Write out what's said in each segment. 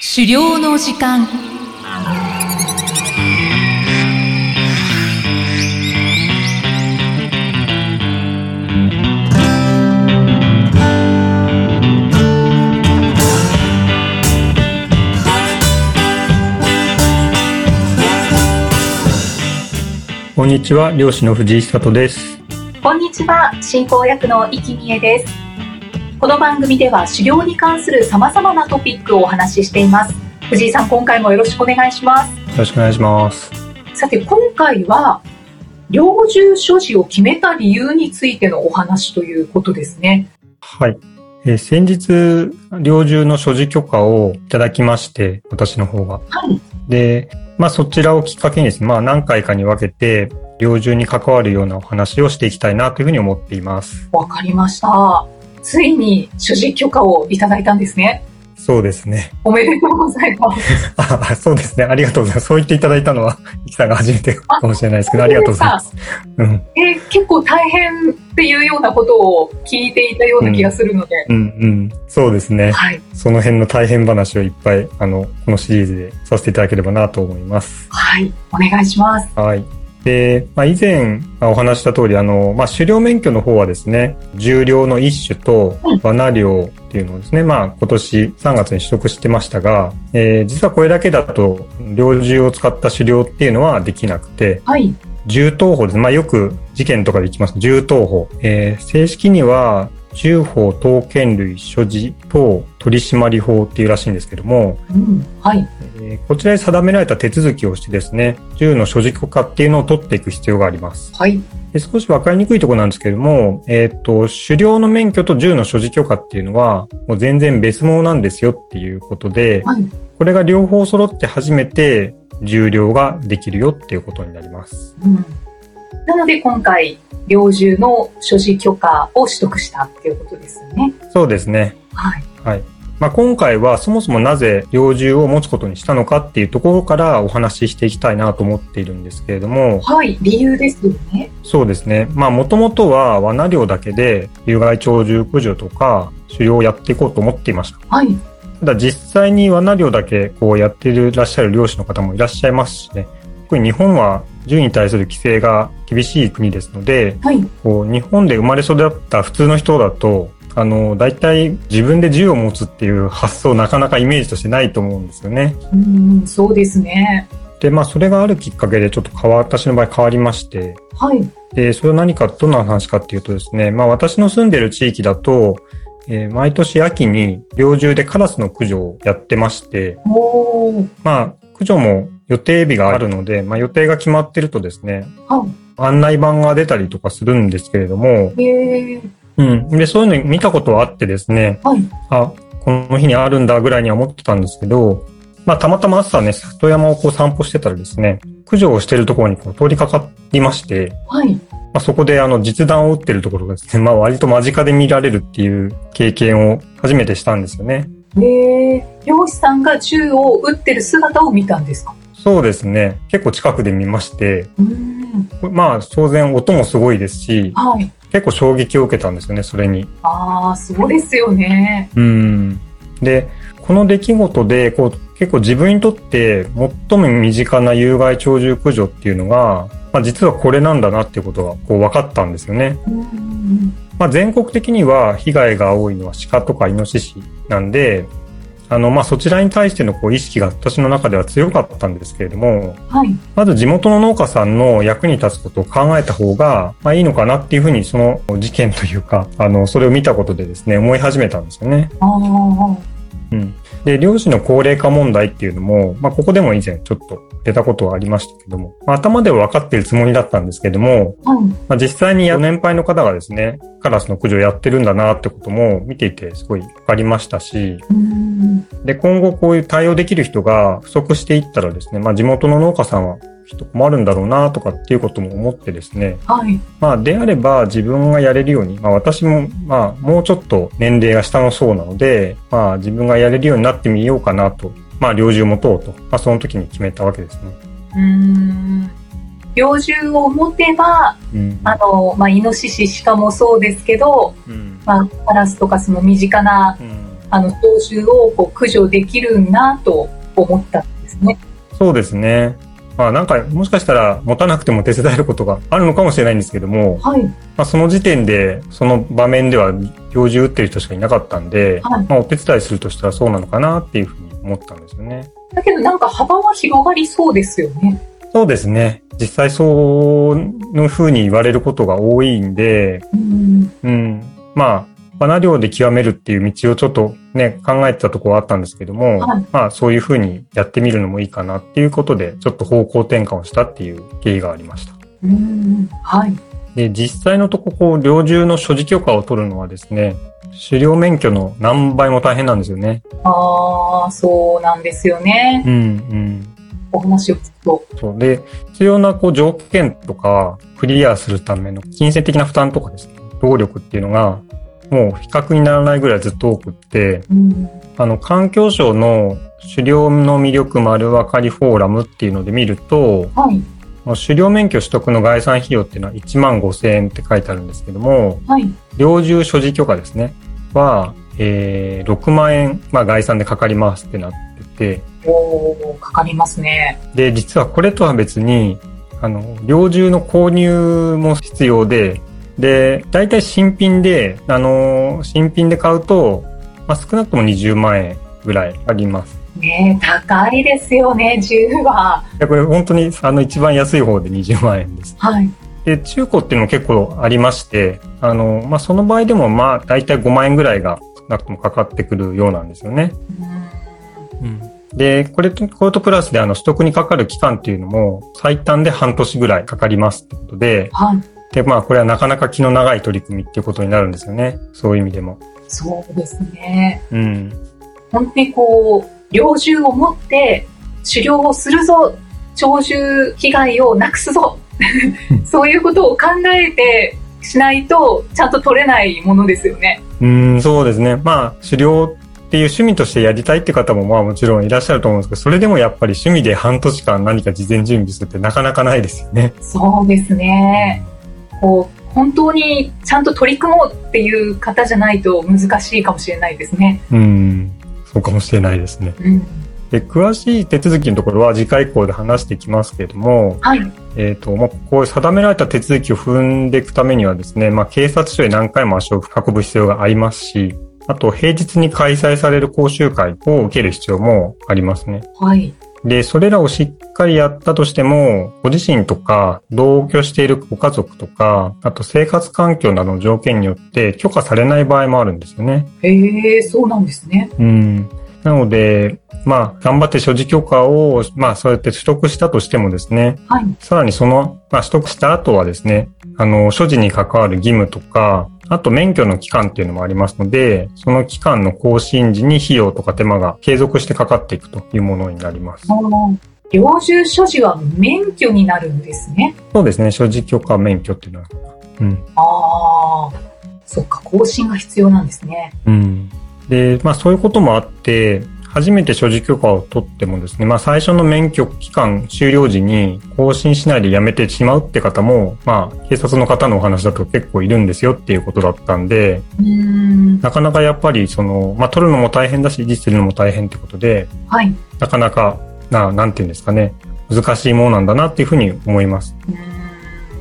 狩猟の時間こんにちは、漁師の藤井久人です。こんにちは、進行役の生きみえです。この番組では狩猟に関する様々なトピックをお話ししています。藤井さん、今回もよろしくお願いしまよろしくお願いします。す。さて、今回は猟銃所持を決めた理由についてのお話ということですね。はい。えー先日、猟銃の所持許可をいただきまして、私の方が。はい。で、まあそちらをきっかけにですね、まあ何回かに分けて、猟銃に関わるようなお話をしていきたいなというふうに思っています。わかりました。ついに所持許可をいただいたんですね。そうですね。おめでとうございます。あ、そうですね。ありがとうございます。そう言っていただいたのは、いきさんが初めてかもしれないですけど、ありがとうございます。うん。えー結構大変っていうようなことを聞いていたような気がするので。うんうん。そうですね。はい。その辺の大変話をいっぱい、あの、このシリーズでさせていただければなと思います。はい。お願いします。はい。で、まあ、以前まあお話しした通り、あの、まあ、狩猟免許の方はですね、重量の一種とうん罠猟っていうのをですね、まあ、今年3月に取得してましたが、えー実はこれだけだと、猟銃を使った狩猟っていうのはできなくて、はい。銃刀法です。まあ、よく事件とかで行きます。銃刀法。えー正式には、銃法刀剣類所持等取締法っていうらしいんですけども、うん、はい。えーこちらに定められた手続きをしてですね、銃の所持許可っていうのを取っていく必要があります。はい。で少し分かりにくいところなんですけれども、えーっと、狩猟の免許と銃の所持許可っていうのは、もう全然別物なんですよっていうことで、はい。これが両方揃って初めて重量ができるよっていうことになります。うん。なので、今回、猟銃の所持許可を取得したっていうことですよね。そうですね。はい。はい。まあ、今回はそもそもなぜ猟銃を持つことにしたのかっていうところからお話ししていきたいなと思っているんですけれども、はい。理由ですよね。そうですね。まあ、もともとは罠猟だけで有害鳥獣駆除とか狩猟をやっていこうと思っていました。はい。ただ実際に罠猟だけこうやっていらっしゃる漁師の方もいらっしゃいますしね。特に日本は銃に対する規制が厳しい国ですので、はい。こう日本で生まれ育った普通の人だとあの大体自分で銃を持つっていう発想なかなかイメージとしてないと思うんですよね。うん、そうですね。でまあそれがあるきっかけでちょっと変わ私の場合変わりましてはい。でそれは何かどんな話かっていうとですねまあ私の住んでる地域だと、えー毎年秋に猟銃でカラスの駆除をやってましておー。まあ駆除も予定日があるので、まあ、予定が決まってるとですねは案内板が出たりとかするんですけれども、い。えー。うん。で、そういうの見たことはあってですね、はい。あ、この日にあるんだぐらいには思ってたんですけど、まあ、たまたま朝ね、里山をこう散歩してたらですね、駆除をしてるところにこう通りかかりまして、はい。まあ、そこであの実弾を撃ってるところがですね、ま あ、割と間近で見られるっていう経験を初めてしたんですよね。えー。漁師さんが銃を撃ってる姿を見たんですかそうですね。結構近くで見まして、うん。まあ、当然音もすごいですし、はい。結構衝撃を受けたんですよね、それに。あー、そうですよね。うん。で、この出来事で、こう、結構自分にとって最も身近な有害鳥獣駆除っていうのが、まあ実はこれなんだなっていうことがこう分かったんですよね。うん。まあ全国的には被害が多いのは鹿とかイノシシなんで、あのまあそちらに対してのこう意識が私の中では強かったんですけれども、はい。まず地元の農家さんの役に立つことを考えた方が、まあいいのかなっていうふうにその事件というか、あのそれを見たことでですね、思い始めたんですよね。あー。うん、で漁師の高齢化問題っていうのも、まあ、ここでも以前ちょっと出たことはありましたけども、まあ、頭では分かっているつもりだったんですけども、はい。まあ、実際にご年配の方がですねカラスの駆除をやってるんだなってことも見ていてすごい分かりましたしうん。で今後こういう対応できる人が不足していったらですね、まあ、地元の農家さんはきっと困るんだろうなとかっていうことも思ってですね、はい。まあ、であれば自分がやれるように、まあ、私も、まあ、もうちょっと年齢が下の層なので、まあ、自分がやれるようになってみようかなと、まあ、猟銃を持とうと、まあ、その時に決めたわけですね。うーん猟銃を持てば、うんあの、まあ、イノシシ、シカもそうですけど、うんまあ、カラスとかその身近な、うんああの鳥獣をこう駆除できるなと思ったんですね。そうですね。まあなんかもしかしたら持たなくても手伝えることがあるのかもしれないんですけども、はい、まあ、その時点でその場面では猟銃撃ってる人しかいなかったんで、はいまあ、お手伝いするとしたらそうなのかなっていうふうに思ったんですよね。だけどなんか幅は広がりそうですよね。そうですね。実際そうのふうに言われることが多いんで、うんうん。まあ、罠漁で極めるっていう道をちょっとね、考えてたところはあったんですけども、はいまあそういうふうにやってみるのもいいかなっていうことで、ちょっと方向転換をしたっていう経緯がありました。うんはい、で、実際のとこ、こう、猟銃の所持許可を取るのはですね、狩猟免許の何倍も大変なんですよね。ああそうなんですよね。うん、うん。お話を聞くと。そう。で、必要なこう条件とか、クリアするための金銭的な負担とかですね、労力っていうのが、もう比較にならないぐらいずっと多くって、うんあの、環境省の狩猟の魅力丸分かりフォーラムっていうので見ると、はいもう狩猟免許取得の概算費用っていうのは1万5千円って書いてあるんですけども、はい猟銃所持許可ですね、は、えー、6万円、まあ概算でかかりますってなってて、おーかかりますね。で、実はこれとは別に、あの、猟銃の購入も必要で、で、大体新品で、あの、新品で買うと、まあ少なくとも20万円ぐらいあります。ねえ高いですよね10は。いやこれ本当にあの一番安い方で20万円です。はいで、中古っていうのも結構ありまして、あの、まあ、その場合でもまあ、大体5万円ぐらいが少なくともかかってくるようなんですよね。うんで、これと、これとプラスであの、取得にかかる期間っていうのも最短で半年ぐらいかかりますってことで、はいで、まあ、これはなかなか気の長い取り組みっていうことになるんですよね。そういう意味でも。そうですね。うん。本当にこう、猟銃を持って狩猟をするぞ、鳥獣被害をなくす ぞう、んそういうことを考えてしないと、ちゃんと取れないものですよね。うん、そうですね。まあ、狩猟っていう趣味としてやりたいって方もまあもちろんいらっしゃると思うんですけど、それでもやっぱり趣味で半年間何か事前準備するってなかなかないですよね。そうですね。こう、本当にちゃんと取り組もうっていう方じゃないと難しいかもしれないですね。うん、そうかもしれないですね。うん。で、詳しい手続きのところは次回以降で話していきますけれども、はい。えっ、と、まあ、こういう定められた手続きを踏んでいくためにはですね、まあ、警察署へ何回も足を運ぶ必要がありますし、あと、平日に開催される講習会を受ける必要もありますね。はい。で、それらをしっかりやったとしても、ご自身とか、同居しているご家族とか、あと生活環境などの条件によって許可されない場合もあるんですよね。へえ、そうなんですね。うん。なので、まあ、頑張って所持許可を、まあ、そうやって取得したとしてもですね、はい。さらにその、まあ、取得した後はですね、あの、所持に関わる義務とか、あと免許の期間っていうのもありますので、その期間の更新時に費用とか手間が継続してかかっていくというものになります。もう猟銃所持は免許になるんですね。そうですね、所持許可免許っていうのは。うん。ああ、そっか、更新が必要なんですね。うん。で、まあそういうこともあって、初めて所持許可を取ってもですね、まあ最初の免許期間終了時に更新しないで辞めてしまうって方も、まあ警察の方のお話だと結構いるんですよっていうことだったんで、うーん、なかなかやっぱりその、まあ取るのも大変だし、維持するのも大変ってことで、はい。うなかなか、な、なんていうんですかね、難しいものなんだなっていうふうに思います。ー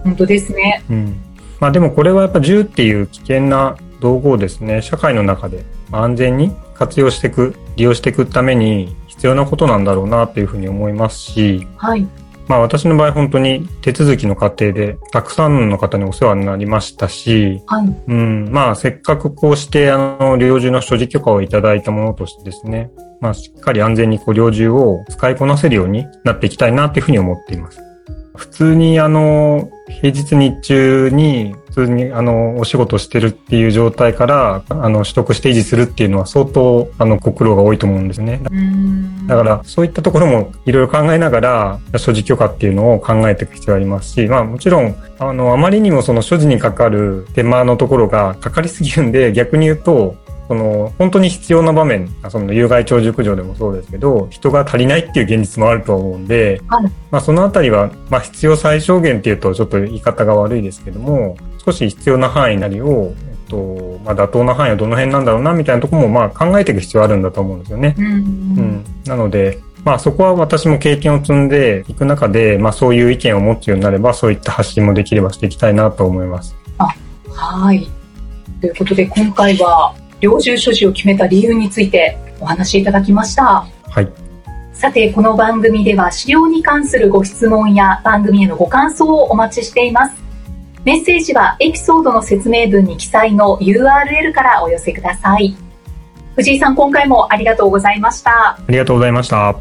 ん、本当ですね。うん、まあでもこれはやっぱ銃っていう危険な道具をですね社会の中で安全に活用していく利用していくために必要なことなんだろうなというふうに思いますし、はい。まあ、私の場合本当に手続きの過程でたくさんの方にお世話になりましたし、はい。うん、まあせっかくこうしてあの猟銃の所持許可をいただいたものとしてですね、まあ、しっかり安全にこう猟銃を使いこなせるようになっていきたいなというふうに思っています。普通にあの平日日中に普通にあのお仕事してるっていう状態からあの取得して維持するっていうのは相当あのご苦労が多いと思うんですね。うーん。だから、そういったところもいろいろ考えながら、所持許可っていうのを考えていく必要がありますし、まあもちろん、あの、あまりにもその所持にかかる手間のところがかかりすぎるんで、逆に言うと、その、本当に必要な場面、その有害鳥熟場でもそうですけど、人が足りないっていう現実もあると思うんで、はいまあそのあたりは、まあ必要最小限っていうとちょっと言い方が悪いですけども、少し必要な範囲なりを、えっとまあ、妥当な範囲はどの辺なんだろうなみたいなところもまあ考えていく必要あるんだと思うんですよね。うんう。ん、なので、まあ、そこは私も経験を積んでいく中で、まあ、そういう意見を持つようになればそういった発信もできればしていきたいなと思います。はい。ということで、今回は、猟銃所持を決めた理由についてお話しいただきました。はい、さて、この番組では、資料に関するご質問や番組へのご感想をお待ちしています。メッセージは、エピソードの説明文に記載の URL からお寄せください。藤井さん、今回もありがとうございました。ありがとうございました。